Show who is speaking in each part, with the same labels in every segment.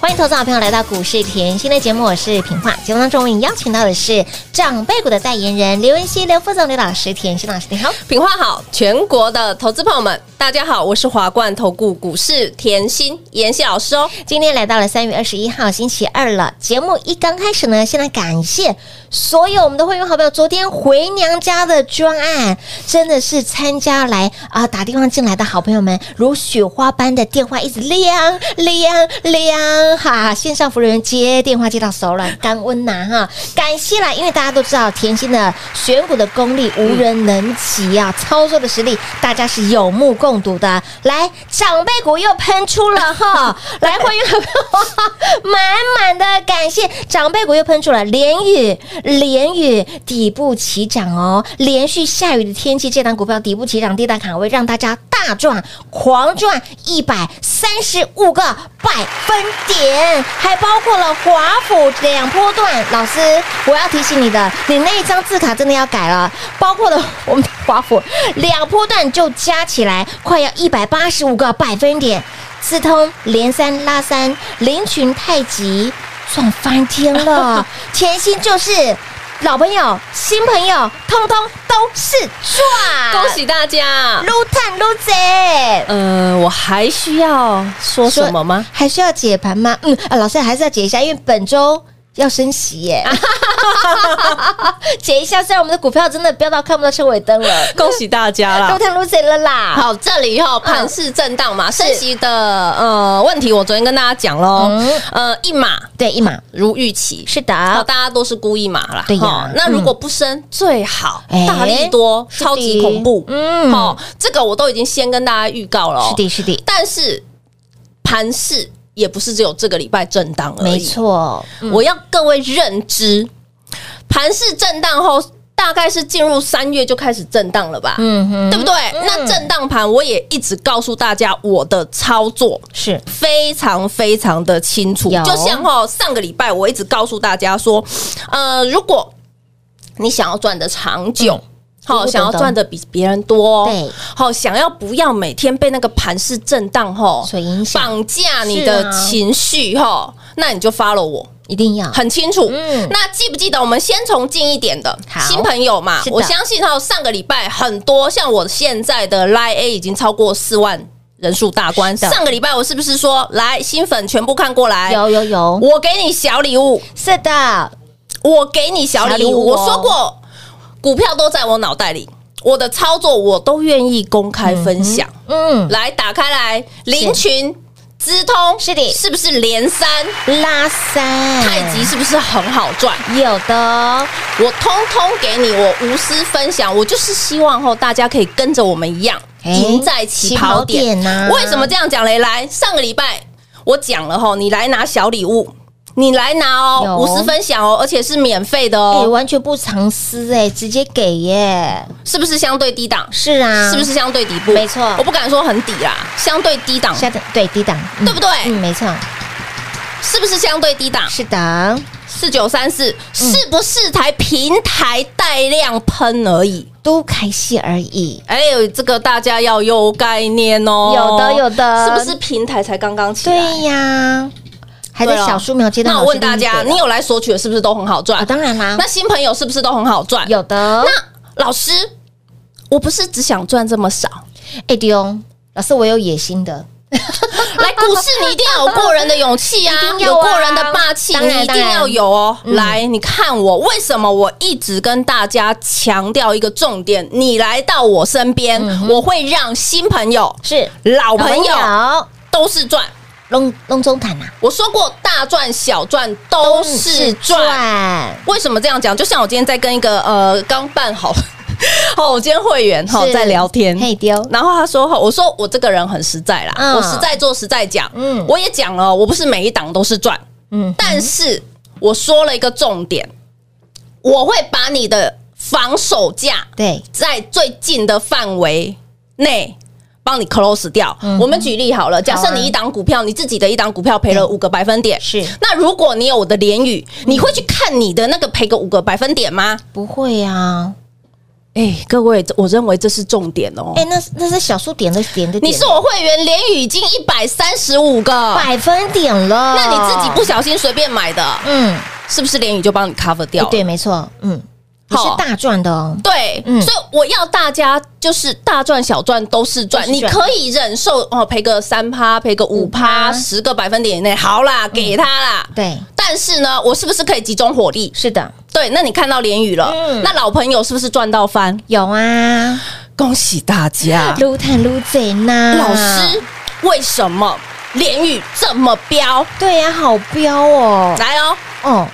Speaker 1: 欢迎投资好朋友来到股市甜心的节目，我是平化。节目当中，我们邀请到的是长辈股的代言人刘文熙、刘副总、刘老师、甜心老师，你好。
Speaker 2: 品话好，全国的投资朋友们，大家好，我是华冠投顾股市甜心妍希老师哦。
Speaker 1: 今天来到了三月二十一号星期二了，节目一刚开始呢，先来感谢所有我们的会员好朋友，昨天回娘家的专案，真的是参加来啊、打电话进来的好朋友们，如雪花般的电话一直亮亮亮哈，线上服务员接电话接到手软，干温呐哈，感谢啦，因为大家都知道甜心的选股的功力无人能及啊，操作的实力大家是有目共睹的，来长辈股又喷出了哈，来欢迎好朋友，满满的感谢长辈股又喷出了，连雨连雨底部起涨哦，连续下雨的天气，这档股票底部起涨，低档卡位让大家大赚狂赚一百三十五个百分点，还哎包括了华府两波段。老师，我要提醒你的，你那一张字卡真的要改了，包括了我们的华府两波段就加起来快要一百八十五个百分点。四通连三拉三，林群太极赚翻天 了。甜心就是老朋友、新朋友，通通都是赚。
Speaker 2: 恭喜大家！
Speaker 1: 撸探撸贼！
Speaker 2: 呃，我还需要说什么吗？？
Speaker 1: 还需要解盘吗？嗯，啊、老师还是要解一下，因为本周。要升息耶！ 解一下，虽然我们的股票真的飙到看不到车尾灯了，
Speaker 2: 恭喜大家
Speaker 1: 撸
Speaker 2: 啦！
Speaker 1: 探撸贼了啦！
Speaker 2: 好，这里哈盘势震荡嘛，升息的呃问题，我昨天跟大家讲喽
Speaker 1: 嗯，
Speaker 2: 呃，一码
Speaker 1: 对，一码
Speaker 2: 如预期，
Speaker 1: 是的，
Speaker 2: 好，大家都是估一码啦。
Speaker 1: 对呀
Speaker 2: 齁那如果不升最好
Speaker 1: 哎，
Speaker 2: 大力多，
Speaker 1: 是的
Speaker 2: 超级恐怖。
Speaker 1: 嗯
Speaker 2: 好，这个我都已经先跟大家预告了哦。
Speaker 1: 是的，是的，
Speaker 2: 但是盘市也不是只有这个礼拜震荡而已。
Speaker 1: 没，错，
Speaker 2: 我要各位认知，盘市震荡后，大概是进入三月就开始震荡了吧？
Speaker 1: 嗯哼，
Speaker 2: 对不对？那震荡盘我也一直告诉大家我的操作，
Speaker 1: 是
Speaker 2: 非常非常的清楚，
Speaker 1: 有
Speaker 2: 就像哦，上个礼拜我一直告诉大家说，呃，如果你想要赚的长久
Speaker 1: 嗯。
Speaker 2: 好，
Speaker 1: 懂
Speaker 2: 想要赚的比别人多，
Speaker 1: 对，
Speaker 2: 好，想要不要每天被那个盘势震荡吼
Speaker 1: 所影响
Speaker 2: 绑架你
Speaker 1: 是
Speaker 2: 的
Speaker 1: 啊
Speaker 2: 情绪吼，那你就 follow 我，
Speaker 1: 一定要
Speaker 2: 很清楚。
Speaker 1: 嗯
Speaker 2: 那记不记得我们先从近一点的
Speaker 1: 好
Speaker 2: 新朋友嘛
Speaker 1: 是？的
Speaker 2: 我相信哈，上个礼拜很多像我现在的 Line A 已经超过四万人数大关。
Speaker 1: 是的
Speaker 2: 上个礼拜我是不是说来新粉全部看过来？
Speaker 1: 有有有，
Speaker 2: 我给你小礼物，
Speaker 1: 是的，
Speaker 2: 我给你小
Speaker 1: 小
Speaker 2: 礼
Speaker 1: 礼
Speaker 2: 物。
Speaker 1: 物哦
Speaker 2: 我说过，股票都在我脑袋里，我的操作我都愿意公开分享。
Speaker 1: 嗯，
Speaker 2: 来，打开来，林群、资通
Speaker 1: 是的哎
Speaker 2: 是不是连三？
Speaker 1: 拉三
Speaker 2: 太极是不是很好赚？
Speaker 1: 有的哦，
Speaker 2: 我通通给你，我无私分享，我就是希望后大家可以跟着我们一样
Speaker 1: 哎
Speaker 2: 赢在
Speaker 1: 起
Speaker 2: 起跑
Speaker 1: 跑
Speaker 2: 点
Speaker 1: 点啊
Speaker 2: 为什么这样讲嘞？来，上个礼拜我讲了吼，你来拿小礼物，你来拿
Speaker 1: 有
Speaker 2: 哦，无私分享哦，而且是免费的
Speaker 1: 哎、
Speaker 2: 哦，
Speaker 1: 完全不藏私哎、直接给耶，
Speaker 2: 是不是相对低档？
Speaker 1: 是啊，
Speaker 2: 是不
Speaker 1: 是？
Speaker 2: 是相对底部？
Speaker 1: 没错
Speaker 2: 我不敢说很底啦，相对低档，
Speaker 1: 下的对低档，嗯
Speaker 2: 对不对
Speaker 1: 嗯，没错，
Speaker 2: 是不是相对低档？
Speaker 1: 是的，
Speaker 2: 四九三四
Speaker 1: 嗯
Speaker 2: 是不是才平台带量喷而已？
Speaker 1: 都开戏而已，
Speaker 2: 哎呦，这个大家要有概念哦。
Speaker 1: 有的有的
Speaker 2: 是不是平台才刚刚起来？
Speaker 1: 对呀，还在
Speaker 2: 对哦
Speaker 1: 小树苗阶段。
Speaker 2: 那我问大
Speaker 1: 老
Speaker 2: 家，
Speaker 1: 师跟
Speaker 2: 你有来索取的是不是都很好
Speaker 1: 啊、
Speaker 2: 赚？
Speaker 1: 当然啦
Speaker 2: 那，新朋友是不是都很好赚？。
Speaker 1: 有的，
Speaker 2: 那老师，我不是只想赚这么少，
Speaker 1: 哎丢、老师我有野心的，
Speaker 2: 来股市你一定要有过人的勇气啊，
Speaker 1: 一定要
Speaker 2: 有
Speaker 1: 啊
Speaker 2: 过人的霸气，
Speaker 1: 当然
Speaker 2: 你一
Speaker 1: 当
Speaker 2: 定
Speaker 1: 然
Speaker 2: 要有哦。
Speaker 1: 嗯
Speaker 2: 来，你看我为什么我一直跟大家强调一个重点，你来到我身边，
Speaker 1: 嗯
Speaker 2: 我会让新朋友、
Speaker 1: 是
Speaker 2: 老朋友都是赚。
Speaker 1: 龙龙中啊坦呐，
Speaker 2: 我说过，大赚小赚都是赚。
Speaker 1: 赚，
Speaker 2: 为什么这样讲？就像我今天在跟一个呃刚办好， 好，我今天会员哈
Speaker 1: 是
Speaker 2: 在聊天，
Speaker 1: 嘿哦丢，
Speaker 2: 然后他说哈，我说我这个人很实在啦，
Speaker 1: 嗯
Speaker 2: 我实在做实在讲，
Speaker 1: 嗯
Speaker 2: 嗯，我也讲了，我不是每一档都是赚，
Speaker 1: 嗯，
Speaker 2: 但是我说了一个重点，我会把你的防守价
Speaker 1: 对，
Speaker 2: 在最近的范围内帮你 close 掉。我们举例嗯好了，嗯假设
Speaker 1: 好啊
Speaker 2: 你一档股票，你自己的一档股票赔了五个百分点，
Speaker 1: 是
Speaker 2: 那如果你有我的联宇，你会去看你的那个赔个五个百分点吗？
Speaker 1: 不会啊，
Speaker 2: 哎，各位，这我认为这是重点哦
Speaker 1: 哎、。那是那是小数点的点的点，
Speaker 2: 你是我会员，联宇已经一百三十五个，
Speaker 1: 百分点了，
Speaker 2: 那你自己不小心随便买的，
Speaker 1: 嗯，哎
Speaker 2: 是不是联宇就帮你 cover 掉了？
Speaker 1: 对，没错，嗯，你是
Speaker 2: 好
Speaker 1: 大赚的哦，
Speaker 2: 对，
Speaker 1: 嗯
Speaker 2: 所以我要大家就是大赚小赚都是赚，
Speaker 1: 都是
Speaker 2: 你
Speaker 1: 赚
Speaker 2: 可以忍受哦赔个三趴，赔个五趴，
Speaker 1: 5%
Speaker 2: 十个百分点以内，好
Speaker 1: 嗯
Speaker 2: 啦，给他啦。
Speaker 1: 对，
Speaker 2: 但是呢，我是不是可以集中火力？
Speaker 1: 是的，
Speaker 2: 对，那你看到连雨了，
Speaker 1: 嗯
Speaker 2: 那老朋友是不是赚到翻？
Speaker 1: 有啊，
Speaker 2: 恭喜大家！
Speaker 1: 撸探撸贼呐，
Speaker 2: 老师，，为什么连雨这么飙？
Speaker 1: 对呀、好彪哦，
Speaker 2: 来哦，
Speaker 1: 哦，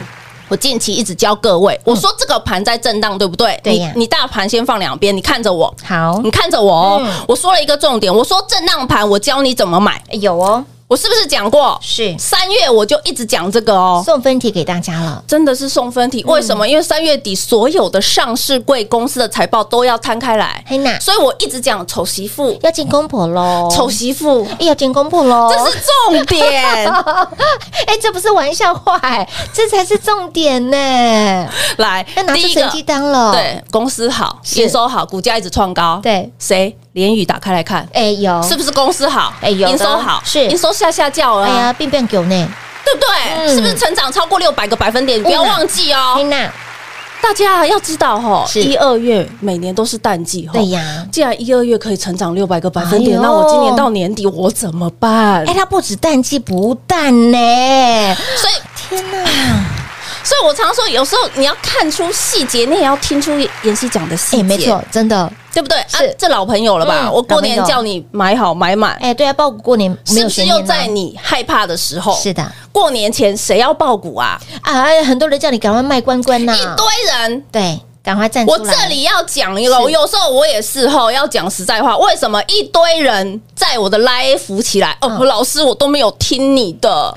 Speaker 2: 我近期一直教各位，我说这个盘在震荡，对不对？
Speaker 1: 嗯对呀
Speaker 2: 你你大盘先放两边，你看着我，
Speaker 1: 好
Speaker 2: 你，看着我哦，
Speaker 1: 嗯
Speaker 2: 我说了一个重点，我说震荡盘，我教你怎么买，
Speaker 1: 有哦，
Speaker 2: 我是不是讲过？
Speaker 1: 是
Speaker 2: 三月我就一直讲这个哦。
Speaker 1: 送分题给大家了，
Speaker 2: 真的是送分
Speaker 1: 嗯
Speaker 2: 题，为什么？因为三月底所有的上市贵公司的财报都要摊开来，
Speaker 1: 黑娜
Speaker 2: 所以我一直讲丑媳妇，
Speaker 1: 要进公婆喽，
Speaker 2: 丑媳妇，
Speaker 1: 哎要进公婆喽，
Speaker 2: 这是重点。
Speaker 1: 哎、这不是玩笑话、哎，这才是重点呢、
Speaker 2: 来
Speaker 1: 要，拿出
Speaker 2: 第一
Speaker 1: 成
Speaker 2: 个
Speaker 1: 绩单了，
Speaker 2: 对公司好，
Speaker 1: 是
Speaker 2: 营收好，股价一直创高，
Speaker 1: 对，
Speaker 2: 谁？联宇打开来看，
Speaker 1: 哎、有，
Speaker 2: 是不是公司好？
Speaker 1: 哎有的
Speaker 2: 营收好，
Speaker 1: 是
Speaker 2: 营收下下叫了
Speaker 1: 哎
Speaker 2: 啊，
Speaker 1: 呀，变变狗呢，
Speaker 2: 对不对？
Speaker 1: 嗯
Speaker 2: 是不是成长超过六百个百分点？你不要忘
Speaker 1: 黑
Speaker 2: 记哦，
Speaker 1: 娜，
Speaker 2: 大家要知道哦，
Speaker 1: 是
Speaker 2: 一二月每年都是淡季哦。
Speaker 1: 对呀。
Speaker 2: 既然一二月可以成长六百个百分
Speaker 1: 哎
Speaker 2: 点，
Speaker 1: 呦
Speaker 2: 那我今年到年底我怎么办
Speaker 1: 哎、？它不止淡季不淡呢、哎
Speaker 2: 所以，
Speaker 1: 天哪！
Speaker 2: 所以我常说，有时候你要看出细节，你也要听出妍希讲的
Speaker 1: 哎、
Speaker 2: 细
Speaker 1: 没
Speaker 2: 节
Speaker 1: 错，，真的，
Speaker 2: 对不对？啊
Speaker 1: 是，
Speaker 2: 这老朋友了吧？
Speaker 1: 嗯
Speaker 2: 我过
Speaker 1: 老
Speaker 2: 年
Speaker 1: 朋友
Speaker 2: 叫你买好买满，
Speaker 1: 哎、对啊，包谷过年没
Speaker 2: 是
Speaker 1: 有
Speaker 2: 不是
Speaker 1: 悬念
Speaker 2: 又
Speaker 1: 啊
Speaker 2: 在你害怕的时候？
Speaker 1: 是的
Speaker 2: 过年前谁要爆股啊？
Speaker 1: 啊，很多人叫你赶快卖关关呐、
Speaker 2: 一堆人
Speaker 1: 对，赶快站出
Speaker 2: 我
Speaker 1: 来。
Speaker 2: 这里要讲一个，
Speaker 1: 是
Speaker 2: 我有时候我也事后要讲实在话，为什么一堆人在我的 live 浮起来？哦，
Speaker 1: 嗯
Speaker 2: 老师，我都没有听你的。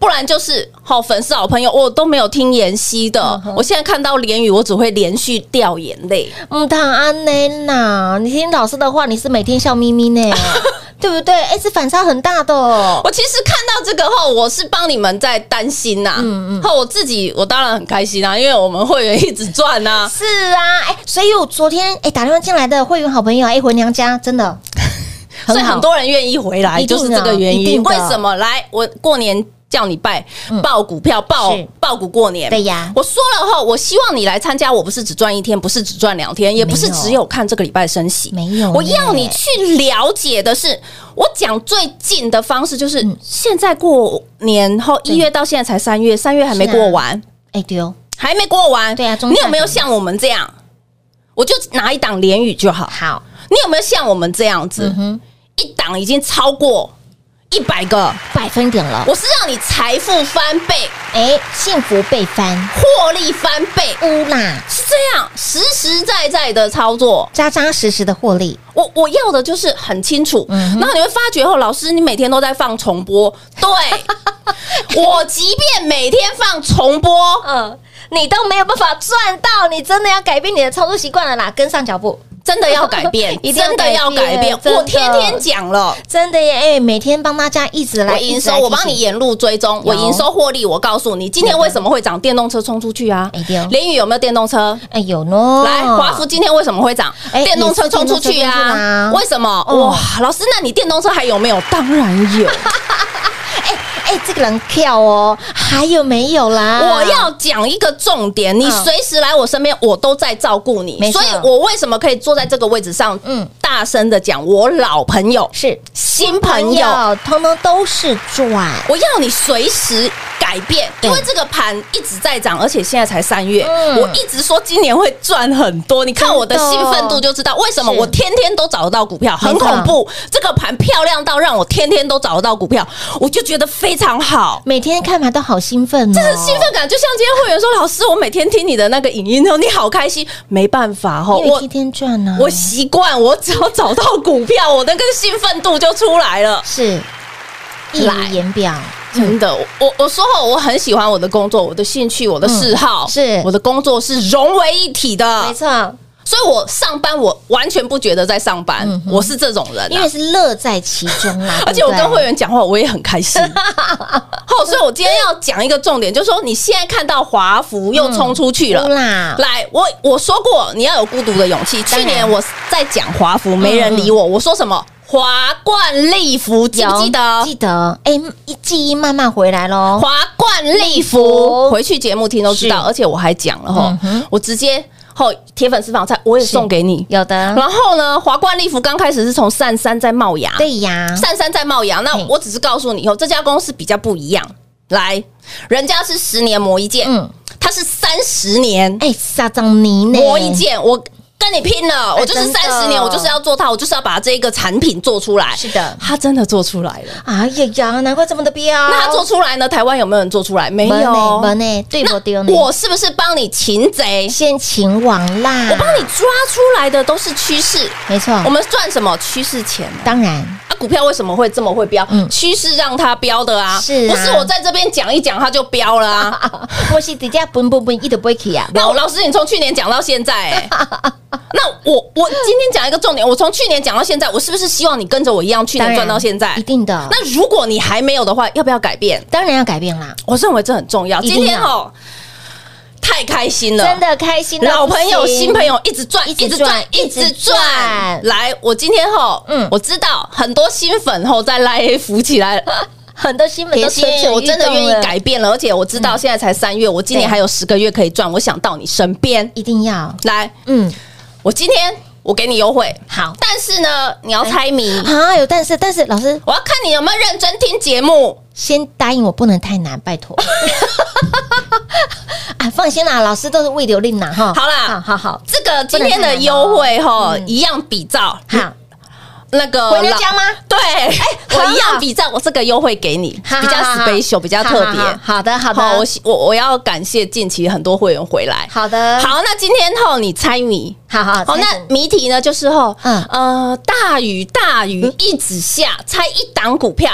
Speaker 2: 不然就是好、粉丝、好朋友，我都没有听妍希的。我现在看到连语，我只会连续掉眼泪。
Speaker 1: 嗯，唐安内呐，你听老师的话，你是每天笑眯眯呢， 对不对？哎、是反差很大的哦。
Speaker 2: 我其实看到这个后，我是帮你们在担心呐、嗯嗯。后我自己，我当然很开心啊，因为我们会员一直赚呐、
Speaker 1: 是啊，哎、所以我昨天哎、打电话进来的会员好朋友，哎、回娘家真 的很好，
Speaker 2: 所以很多人愿意回来，
Speaker 1: 一定
Speaker 2: 就
Speaker 1: 的
Speaker 2: 是这个原
Speaker 1: 一
Speaker 2: 因。
Speaker 1: 定的嗯
Speaker 2: 为什么？来，我过年叫你拜报股票，报
Speaker 1: 是
Speaker 2: 报股过年。
Speaker 1: 对呀
Speaker 2: 我说了后，我希望你来参加，我不是只赚一天，不是只赚两天，也不是
Speaker 1: 没有
Speaker 2: 只有看这个礼拜升息。
Speaker 1: 没有
Speaker 2: 我
Speaker 1: 呢
Speaker 2: 要你去了解的是，我讲最近的方式就是
Speaker 1: 嗯
Speaker 2: 现在过年后一月到现在才三月，三月还没
Speaker 1: 是啊
Speaker 2: 过完，
Speaker 1: 哎、对哦，
Speaker 2: 还没过完。
Speaker 1: 对啊中
Speaker 2: 你
Speaker 1: 间
Speaker 2: 有没有
Speaker 1: 还没
Speaker 2: 像我们这样？我就拿一档连语就好。
Speaker 1: 好，
Speaker 2: 你有没有像我们这样子？
Speaker 1: 嗯
Speaker 2: 一档已经超过一百个，
Speaker 1: 百分点了，
Speaker 2: 我是让你财富翻倍，
Speaker 1: 哎、幸福被翻
Speaker 2: 获利翻倍，
Speaker 1: 乌啦，
Speaker 2: 是这样实实在在的操作。
Speaker 1: 扎扎实实的获利，
Speaker 2: 我我要的就是很清楚，
Speaker 1: 嗯
Speaker 2: 然后你会发觉哦，老师，你每天都在放重播， 对我即便每天放重播，
Speaker 1: 嗯，你都没有办法赚到，你真的要改变你的操作习惯了啦，跟上脚步。，
Speaker 2: 真的要改变
Speaker 1: 一定要
Speaker 2: 真的要改
Speaker 1: 改
Speaker 2: 变
Speaker 1: 变，
Speaker 2: 我
Speaker 1: 真
Speaker 2: 天
Speaker 1: 的
Speaker 2: 天讲了。
Speaker 1: 真的耶！哎、每天帮大家一直来
Speaker 2: 我营
Speaker 1: 一直
Speaker 2: 收
Speaker 1: 来，
Speaker 2: 我帮
Speaker 1: 提
Speaker 2: 你
Speaker 1: 醒
Speaker 2: 沿路追踪，我营收获利，我告诉你，今天为什么会涨？电动车冲出去啊
Speaker 1: 哎对哦！
Speaker 2: 联宇有没有电动车？
Speaker 1: 哎有呢，
Speaker 2: 来，华孚今天为什么会涨？
Speaker 1: 哎
Speaker 2: 电动车冲出去
Speaker 1: 也是电动车冲出去
Speaker 2: 啊
Speaker 1: 啦！
Speaker 2: 为什么？
Speaker 1: 哦啊
Speaker 2: 哇，老师，那你电动车还有没有？当然有，
Speaker 1: 哎、这个人跳哦，还有没有啦？
Speaker 2: 我要讲一个重点，你
Speaker 1: 嗯
Speaker 2: 随时来我身边，我都在照顾你。
Speaker 1: 没错
Speaker 2: 所以我为什么可以坐在这个位置上？嗯
Speaker 1: 嗯，
Speaker 2: 大声的讲，我老朋友、
Speaker 1: 是
Speaker 2: 新朋友，
Speaker 1: 通通都是赚，
Speaker 2: 我要你随时改变，
Speaker 1: 对
Speaker 2: 因为这个盘一直在涨，而且现在才三月，
Speaker 1: 嗯
Speaker 2: 我一直说今年会赚很多，你看我的
Speaker 1: 真的
Speaker 2: 兴奋度就知道为什么
Speaker 1: 是
Speaker 2: 我天天都找得到股票，很
Speaker 1: 没错
Speaker 2: 恐怖。这个盘漂亮到让我天天都找得到股票，我就觉得非常好。
Speaker 1: 每天看盘都好兴奋哦，
Speaker 2: 这个兴奋感就像今天会员说：“老师，我每天听你的那个影音哦，你好开心。”没办法哦，
Speaker 1: 因为
Speaker 2: 我
Speaker 1: 天天赚啊呢、
Speaker 2: 我习惯，我只要找到股票，我那个兴奋度就出来了。
Speaker 1: 是溢
Speaker 2: 来
Speaker 1: 于言表，
Speaker 2: 真的，我我说后我很喜欢我的工作，我的兴趣，我的嗜好，
Speaker 1: 嗯是
Speaker 2: 我的工作是融为一体的
Speaker 1: 没，错，
Speaker 2: 所以我上班我完全不觉得在上班，我是这种人、啊，
Speaker 1: 嗯因为是乐在其中啦。
Speaker 2: 而且我
Speaker 1: 对
Speaker 2: 跟
Speaker 1: 不对
Speaker 2: 会员讲话，我也很 开心。好，所以我今天要讲一个重点，就是说你现在看到华
Speaker 1: 嗯
Speaker 2: 孚又冲出去了。
Speaker 1: 哭啦，
Speaker 2: 来，我我说过你要有孤独的勇气。
Speaker 1: 当
Speaker 2: 去
Speaker 1: 然嗯
Speaker 2: 年我在讲华孚，没人理我，我说什么华冠丽服，记不
Speaker 1: 有
Speaker 2: 记得？
Speaker 1: 记得，哎，记忆慢慢回来喽。
Speaker 2: 华冠丽
Speaker 1: 丽服
Speaker 2: 服，哦回去节目听都知道。
Speaker 1: 是嗯
Speaker 2: 而且我还讲了哈，我直接吼铁粉私房菜我也
Speaker 1: 是
Speaker 2: 送给你。
Speaker 1: 有的，
Speaker 2: 然后呢，华冠丽服刚开始是从善山在冒芽，
Speaker 1: 对呀，
Speaker 2: 善山在冒芽。那
Speaker 1: 嗯
Speaker 2: 我只是告诉你，以后这家公司比较不一样。来，人家是十年磨一剑，
Speaker 1: 嗯，
Speaker 2: 它是三十年
Speaker 1: 哎，撒张泥呢，
Speaker 2: 磨一剑，我。跟你拼了！我就是
Speaker 1: 哎真的
Speaker 2: 三十年，我就是要做它，我就是要把这个产品做出来。
Speaker 1: 是的
Speaker 2: 它真的做出来了。
Speaker 1: 哎呀呀，难怪这么的标。
Speaker 2: 那它做出来呢？台湾有没有人做出来？没
Speaker 1: 没
Speaker 2: 有。
Speaker 1: 呢，没呢，对不对呢？
Speaker 2: 那我是不是帮你擒贼？
Speaker 1: 先秦王啦，
Speaker 2: 我帮你抓出来的都是趋势，
Speaker 1: 没错
Speaker 2: 我，们赚什么趋势钱呢？
Speaker 1: 当然
Speaker 2: 啊，股票为什么会这么会飙
Speaker 1: 嗯？
Speaker 2: 趋势让它飙的啊，
Speaker 1: 是啊
Speaker 2: 不是我在这边讲一讲它就飙 了啊？
Speaker 1: 哦我是底下嘣嘣嘣，一直不会起啊。
Speaker 2: 那我老师，你从去年讲到现在、 哎，那我我今天讲一个重点，我从去年讲到现在，我是不是希望你跟着我一样，去
Speaker 1: 当
Speaker 2: 年
Speaker 1: 然
Speaker 2: 赚到现在
Speaker 1: 一？定的，
Speaker 2: 那如果你还没有的话，要不要改变？
Speaker 1: 当然要改变啦，
Speaker 2: 我认为这很重要。
Speaker 1: 一定
Speaker 2: 今天
Speaker 1: 要
Speaker 2: 哦，太开心了，
Speaker 1: 真的开心到
Speaker 2: 啊老
Speaker 1: 不行，
Speaker 2: 朋友、新朋友一直赚，
Speaker 1: 一
Speaker 2: 一
Speaker 1: 直
Speaker 2: 直
Speaker 1: 赚
Speaker 2: 赚，一直
Speaker 1: 一直赚
Speaker 2: 赚。来，我今天吼，
Speaker 1: 嗯
Speaker 2: 嗯，我知道很多新粉吼在赖 A 浮起来了，
Speaker 1: 很多新朋友
Speaker 2: 甜
Speaker 1: 都蠢
Speaker 2: 心，
Speaker 1: 蠢
Speaker 2: 我
Speaker 1: 欲动
Speaker 2: 真的愿意
Speaker 1: 了，
Speaker 2: 改变了，而且我知道现在才三月，我今年
Speaker 1: 对
Speaker 2: 还有十个月可以赚，我想到你身边
Speaker 1: 一定要，
Speaker 2: 来，
Speaker 1: 嗯，
Speaker 2: 我今天我给你优惠，
Speaker 1: 好
Speaker 2: 但是呢，你要猜谜，
Speaker 1: 啊，有但是但是老师
Speaker 2: 我要看你有没有认真听节目。
Speaker 1: 先答应我，不能太难， 拜托。啊，放心啦，老师都是未留令啦哈。
Speaker 2: 好啦
Speaker 1: 好好好，
Speaker 2: 这个今天的优惠吼，
Speaker 1: 嗯
Speaker 2: 一样比照
Speaker 1: 好，
Speaker 2: 那个
Speaker 1: 回娘
Speaker 2: 老
Speaker 1: 家吗？
Speaker 2: 对，
Speaker 1: 很哎好
Speaker 2: 我一样比照我这个优惠给你，
Speaker 1: 好
Speaker 2: 比较
Speaker 1: 好好
Speaker 2: special，比较特别。
Speaker 1: 好好好好的，好
Speaker 2: 好，我
Speaker 1: 的，
Speaker 2: 喜我我要感谢近期很多会员回来。
Speaker 1: 好的，
Speaker 2: 好，那今天后你猜谜，
Speaker 1: 好好
Speaker 2: 好，那谜题呢就是后，
Speaker 1: 嗯
Speaker 2: 呃，大雨大雨一直下，猜一档股票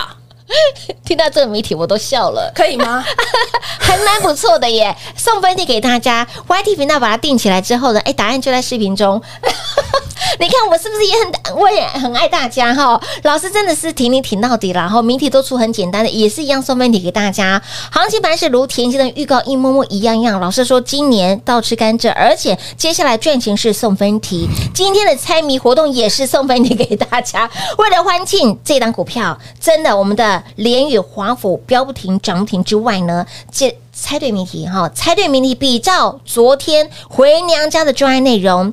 Speaker 1: 听到这个谜题我都笑了，
Speaker 2: 可 以吗？
Speaker 1: 还蛮不错的耶，送分题给大家。YT 频道把它定起来之后呢，哎，答案就在视频中。 你看我是不是也很我也很爱大家哈？老师真的是挺你挺到底啦，然后谜题都出很简单的，也是一样送分题给大家。行情盘是如甜心的预告一摸摸一样样。老师说今年倒吃甘蔗，而且接下来赚钱是送分题，今天的猜谜活动也是送分题给大家。为了欢庆这档股票，真的我们的联宇华府飙不停涨不停之外呢，这。猜对谜题哈，猜对谜题比照昨天回娘家的专案内容，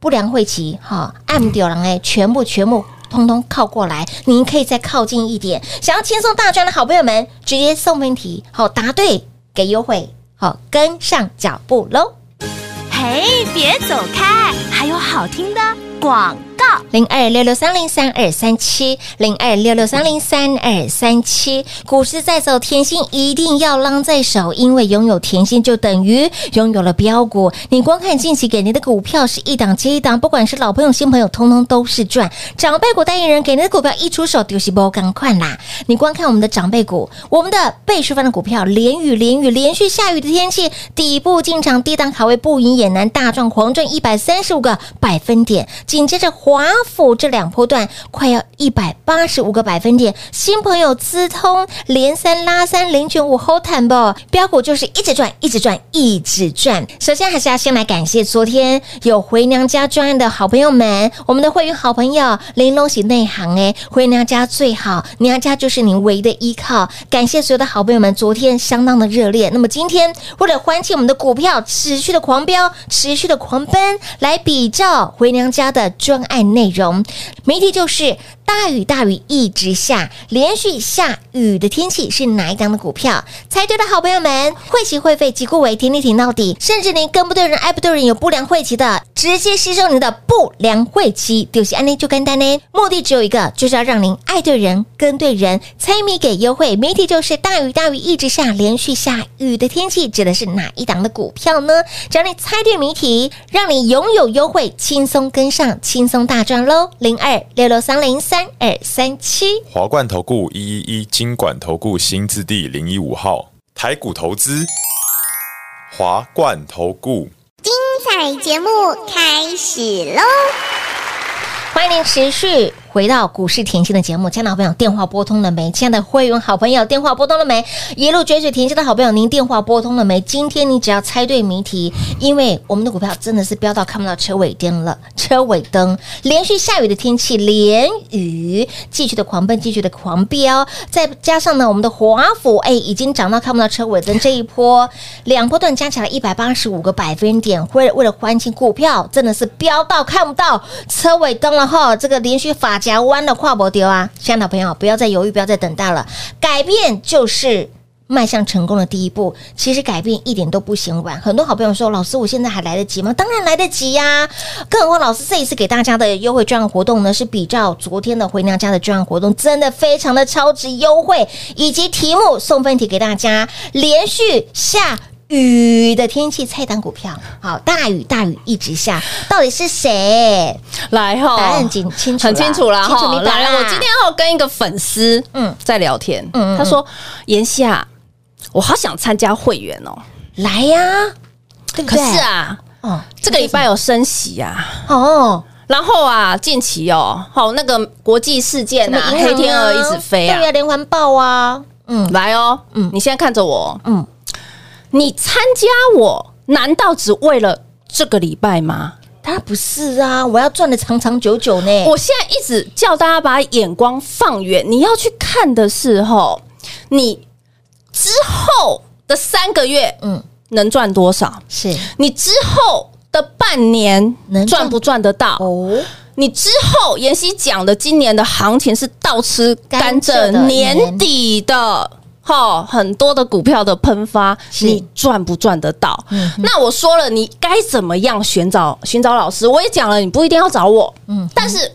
Speaker 1: 不良晦气哈，暗丢狼哎，全部全部通通靠过来，您可以再靠近一点。想要轻松大赚的好朋友们，直接送问题，好答对给优惠，好跟上脚步喽。
Speaker 3: 嘿，别走开，还有好听的广告。
Speaker 1: 零二六六三零三二三七，零二六六三零三二三七。股市在走，甜心一定要浪在手，因为拥有甜心就等于拥有了标股。你光看近期给您的股票是一档接一档，不管是老朋友、新朋友，通通都是赚。长辈股代言人给您的股票一出手，丢西波赶快啦！你光看我们的长辈股，我们的倍数翻的股票，连雨连雨连续下雨的天气，底部进场低档卡位不赢也难，大赚狂赚一百三十五个百分点。紧接着华府这两波段快要一百八十五个百分点，新朋友资通连三拉三零卷五 hold 坦不，标股就是一直赚，一直赚，一直赚。首先还是要先来感谢昨天有回娘家专案的好朋友们，我们的会员好朋友玲珑喜内行哎，回娘家最好，娘家就是你唯一的依靠。感谢所有的好朋友们，昨天相当的热烈。那么今天为了欢庆我们的股票持续的狂飙，持续的狂奔，来比照回娘家的专案内容，谜题就是大雨大雨一直下，连续下雨的天气是哪一档的股票？猜对的好朋友们，会齐会费即顾为停你挺到底，甚至您跟不对人、爱不对人，有不良晦气的，直接吸收您的不良晦气，丢弃案例就干单呢。目的只有一个，就是要让您爱对人、跟对人。猜谜给优惠，谜题就是大雨大雨一直下，连续下雨的天气指的是哪一档的股票呢？只要你猜对谜题，让你拥有优惠，轻松跟上，轻松大赚喽！零二六六三零三。三二三七。
Speaker 4: 华冠投顾一一一金管投顾新字第零一五号台股投资，华冠投顾。
Speaker 5: 彩节目开始喽！
Speaker 1: 欢迎您持续回到股市甜心的节目，亲爱的好朋友，电话拨通了没？亲爱的会员好朋友，电话拨通了没？一路追随甜心的好朋友，您电话拨通了没？今天你只要猜对谜题，因为我们的股票真的是飙到看不到车尾灯了， 车尾灯连续下雨的天气，连雨继续的狂奔，继续的狂飙，再加上呢，我们的华府哎已经涨到看不到车尾灯，这一波两波段加起来一百八十五个百分点，为为了欢庆股票真的是飙到看不到车尾灯了哈，这个连续发夹弯的跨博丢啊！亲爱的朋友，不要再犹豫，不要再等待了，改变就是。迈向成功的第一步，其实改变一点都不嫌晚。很多好朋友说：“老师，我现在还来得及吗？”当然来得及呀、啊更何况老师这一次给大家的优惠专案活动呢，是比照昨天的回娘家的专案活动，真的非常的超值优惠，以及题目送分题给大家，连续下。雨的天气，菜单股票好，大雨大雨一直下，到底是谁？
Speaker 2: 来哈，
Speaker 1: 答案很清清楚啦，
Speaker 2: 哦很清楚啦
Speaker 1: 清楚
Speaker 2: 哈。
Speaker 1: 明白
Speaker 2: 来，啊
Speaker 1: 啦
Speaker 2: 我今天要跟一个粉丝
Speaker 1: 嗯
Speaker 2: 嗯在聊天，
Speaker 1: 嗯嗯
Speaker 2: 他说：“妍希啊，我好想参加会员哦，
Speaker 1: 来呀、对不
Speaker 2: 可
Speaker 1: 对？
Speaker 2: 是，啊，
Speaker 1: 哦，
Speaker 2: 这个礼拜有升息啊。”
Speaker 1: 哦，
Speaker 2: 然后啊，近期哦，好那个国际事件
Speaker 1: 什
Speaker 2: 啊，
Speaker 1: 么银行
Speaker 2: 黑天鹅一直飞啊
Speaker 1: 对，呀，连环爆啊，嗯
Speaker 2: 来哦，
Speaker 1: 嗯
Speaker 2: 你现在看着我哦，
Speaker 1: 嗯，
Speaker 2: 你参加我，难道只为了这个礼拜吗？
Speaker 1: 当然不是啊，我要赚的长长久久呢。
Speaker 2: 我现在一直叫大家把眼光放远，你要去看的是吼，你之后的三个月
Speaker 1: 嗯，
Speaker 2: 能赚多少，
Speaker 1: 是
Speaker 2: 你之后的半年
Speaker 1: 能赚
Speaker 2: 赚不赚得到，
Speaker 1: 哦，
Speaker 2: 你之后妍希讲的今年的行情是倒吃甘
Speaker 1: 甘蔗的
Speaker 2: 蔗，年底的。吼，很多的股票的喷发，
Speaker 1: 是
Speaker 2: 你赚不赚得到？
Speaker 1: 嗯哼
Speaker 2: 那我说了，你该怎么样寻找寻找老师？我也讲了，你不一定要找我，
Speaker 1: 嗯
Speaker 2: 但是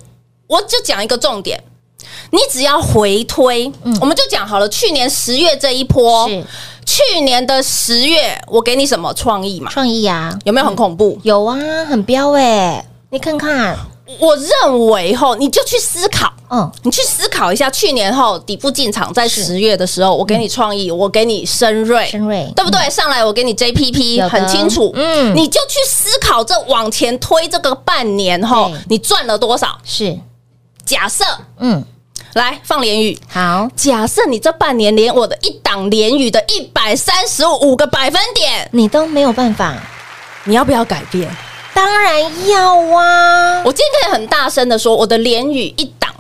Speaker 2: 我就讲一个重点，你只要回推，我们就讲好了，去年十月这一波，
Speaker 1: 嗯是
Speaker 2: 去年的十月，我给你什么创意嘛？
Speaker 1: 创意啊，
Speaker 2: 有没有很恐怖？
Speaker 1: 有啊，很彪哎，你看看，
Speaker 2: 我认为吼，你就去思考，
Speaker 1: 嗯，
Speaker 2: 你去思考一下，去年后底部进场在
Speaker 1: 是
Speaker 2: 十月的时候，我给你创意，我给你深瑞，
Speaker 1: 深瑞
Speaker 2: 对不对？上来我给你
Speaker 1: 有的
Speaker 2: JPP，很清楚，
Speaker 1: 嗯
Speaker 2: 嗯，你就去思考这往前推这个半年后
Speaker 1: 对，
Speaker 2: 你赚了多少？
Speaker 1: 是，
Speaker 2: 假设
Speaker 1: 嗯，
Speaker 2: 来放联语，
Speaker 1: 好，
Speaker 2: 假设你这半年连我的一档联语的一百三十五个百分点，
Speaker 1: 你都没有办法，
Speaker 2: 你要不要改变？
Speaker 1: 当然要啊，
Speaker 2: 我今天可以很大声的说，我的联语一档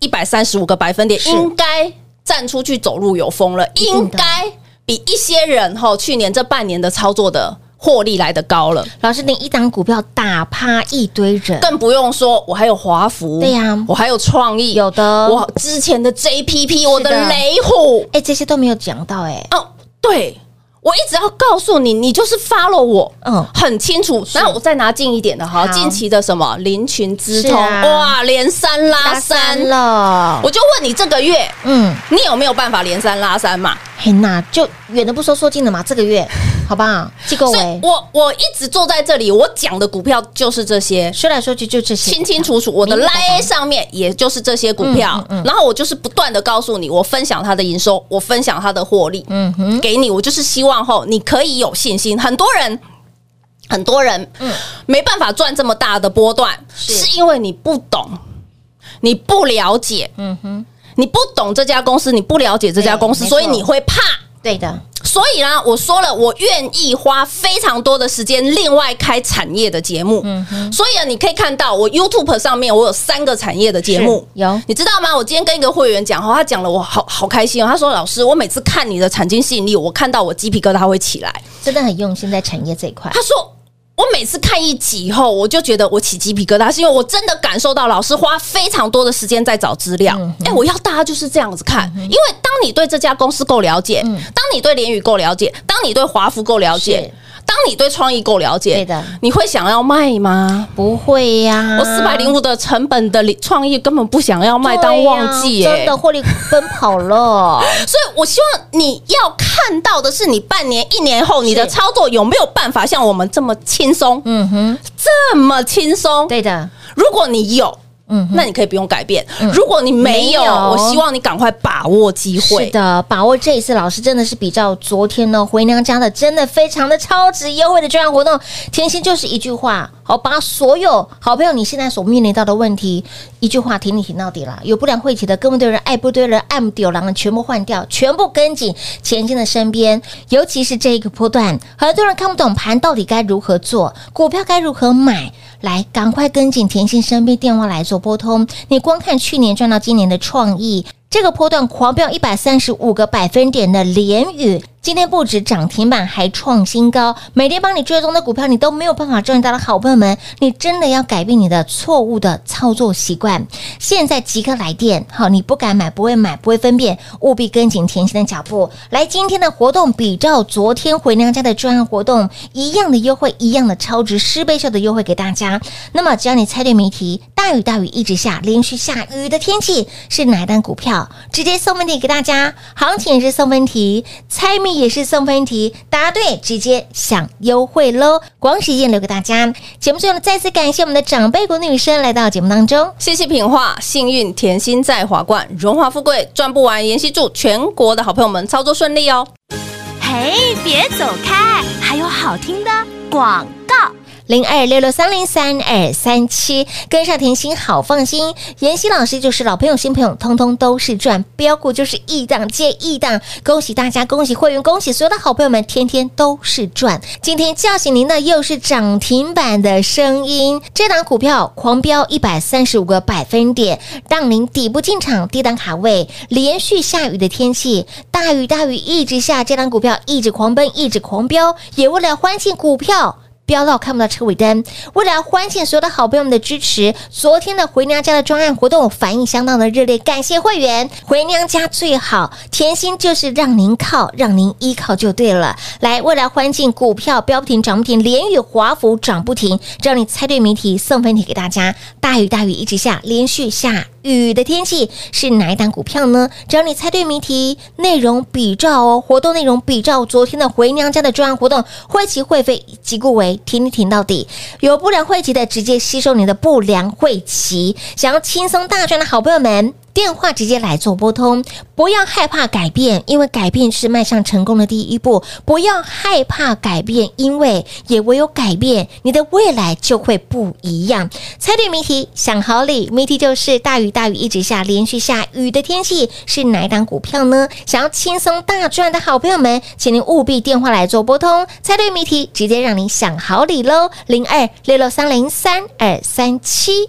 Speaker 2: 一百三十五个百分点，
Speaker 1: 是
Speaker 2: 应该站出去走路有风了，
Speaker 1: 定的
Speaker 2: 应该比一些人吼去年这半年的操作的获利来的高了。
Speaker 1: 老师，你一档股票打趴一堆人，
Speaker 2: 更不用说，我还有华孚，
Speaker 1: 对呀
Speaker 2: 我还有创意，
Speaker 1: 有的
Speaker 2: 我之前的 JPP，我的
Speaker 1: 是的
Speaker 2: 雷虎，
Speaker 1: 哎，这些都没有讲到哎，
Speaker 2: 哦，对，我一直要告诉你，你就是 follow 我，
Speaker 1: 嗯
Speaker 2: 嗯，很清楚。然后我再拿近一点的哈，
Speaker 1: 好
Speaker 2: 近期的什么林群之
Speaker 1: 是
Speaker 2: 通，
Speaker 1: 啊
Speaker 2: 哇，连三拉三
Speaker 1: 三了，
Speaker 2: 我就问你，这个月
Speaker 1: 嗯，
Speaker 2: 你有没有办法连三拉三嘛？
Speaker 1: 嘿那就远的不说，说近的嘛，这个月好不 好？哎这个
Speaker 2: 所以
Speaker 1: 位
Speaker 2: 我我一直坐在这里，我讲的股票就是这些。
Speaker 1: 说来说去就这些，
Speaker 2: 清清楚楚，我的
Speaker 1: 明白白
Speaker 2: line 上面也就是这些股票，
Speaker 1: 嗯嗯嗯
Speaker 2: 然后我就是不断的告诉你，我分享它的营收，我分享它的获利，
Speaker 1: 嗯哼，
Speaker 2: 给你，我就是希望后你可以有信心。很多人，很多人，嗯，没办法赚这么大的波段，
Speaker 1: 是
Speaker 2: 是因为你不懂，你不了解，
Speaker 1: 嗯哼，
Speaker 2: 你不懂这家公司，你不了解这家公司，
Speaker 1: 对
Speaker 2: 所以
Speaker 1: 没错
Speaker 2: 你会怕。
Speaker 1: 对的，
Speaker 2: 所以啦，我说了，我愿意花非常多的时间，另外开产业的节目。所以啊，你可以看到我 YouTube 上面，我有三个产业的节目。
Speaker 1: 是有
Speaker 2: 你知道吗？我今天跟一个会员讲哦哈，他讲了，我好好开心哦。他说：“老师，我每次看你的产经吸引力，我看到我鸡皮疙瘩会起来。
Speaker 1: 真的很用心在产业这一”块
Speaker 2: 他，说。我每次看一集以后，我就觉得我起鸡皮疙瘩，是因为我真的感受到老师花非常多的时间在找资料。
Speaker 1: 嗯
Speaker 2: 哎、我要大家就是这样子看，因为当你对这家公司够了解，
Speaker 1: 嗯
Speaker 2: 当你对联宇够了解，当你对华孚够了解
Speaker 1: 是，
Speaker 2: 当你对创意够了解，
Speaker 1: 对的嗯
Speaker 2: 你会想要卖吗？
Speaker 1: 不会呀，
Speaker 2: 我四百零五的成本的创意根本不想要卖，
Speaker 1: 对呀
Speaker 2: 当旺季、耶。
Speaker 1: 真的获利奔跑 了，
Speaker 2: 所以我希望你要看到的是，你半年、一年后你的操作有没有办法像我们这么轻松，
Speaker 1: 嗯哼，
Speaker 2: 这么轻松？
Speaker 1: 对的，
Speaker 2: 如果你有，
Speaker 1: 嗯
Speaker 2: 那你可以不用改变。如果你没有，
Speaker 1: 没有
Speaker 2: 我希望你赶快把握机
Speaker 1: 是
Speaker 2: 会。
Speaker 1: 的，把握这一次，老师真的是比较昨天呢回娘家的，真的非常的超值优惠的专案活动。甜心就是一句话，好，把所有好朋友你现在所面临到的问题，一句话挺你挺到底了。有不良晦气的，跟不对人，爱不对人，爱不丢狼的，全部换掉，全部跟紧前进的身边。尤其是这一个波段，很多人看不懂盘到底该如何做，股票该如何买。来，赶快跟紧甜心身边电话来做拨通。你光看去年赚到今年的创意，这个波段狂飙一百三十五个百分点的连雨，今天不止涨停板，还创新高。每天帮你追踪的股票，你都没有办法赚到的好朋友们，你真的要改变你的错误的操作习惯。现在即刻来电，好，你不敢买，不会买，不会分辨，务必跟紧甜心的脚步。来，今天的活动比照昨天回娘家的专案活动一样的优惠，一样的超值十倍秀的优惠给大家。那么只要你猜对谜题，大雨大雨一直下，连续下雨的天气是哪一单股票？直接送分题给大家，行情也是送分题，猜谜也是送分题，答对直接享优惠喽！广喜宴留给大家。节目最后呢，再次感谢我们的长辈股女生来到节目当中。
Speaker 2: 谢谢品画，幸运甜心在华冠，荣华富贵赚不完。妍希祝全国的好朋友们操作顺利哦！
Speaker 3: 嘿，别走开，还有好听的广告。
Speaker 1: 零二六六三零三二三七，跟上甜心好放心。妍希老师就是老朋友、新朋友，通通都是赚。标股就是一档接一档，恭喜大家，恭喜会员，恭喜所有的好朋友们，天天都是赚。今天叫醒您的又是涨停板的声音，这档股票狂飙一百三十五个百分点，让您底部进场，低档卡位，连续下雨的天气，大雨大雨一直下，这档股票一直狂奔，一直狂飙，也为了欢庆股票。飙到看不到车尾灯。为了要欢庆所有的好朋友们的支持，昨天的回娘家的专案活动反应相当的热烈，感谢会员。回娘家最好，甜心就是让您靠，让您依靠就对了。来，为了欢庆股票飙不停，涨不停，连雨华府涨不停，只要你猜对谜题，送分题给大家。大雨大雨一直下，连续下雨的天气是哪一档股票呢？只要你猜对谜题，内容比照哦，活动内容比照昨天的回娘家的专案活动，会期会费即顾为停你停到底，有不良会籍的直接吸收你的不良会籍，想要轻松大赚的好朋友们。电话直接来做拨通，不要害怕改变，因为改变是迈向成功的第一步。不要害怕改变，因为也唯有改变，你的未来就会不一样。猜对谜题享好礼，谜题就是大雨大雨一直下，连续下雨的天气是哪一档股票呢？想要轻松大赚的好朋友们，请您务必电话来做拨通，猜对谜题直接让您享好礼喽！零二六六三零三二三七。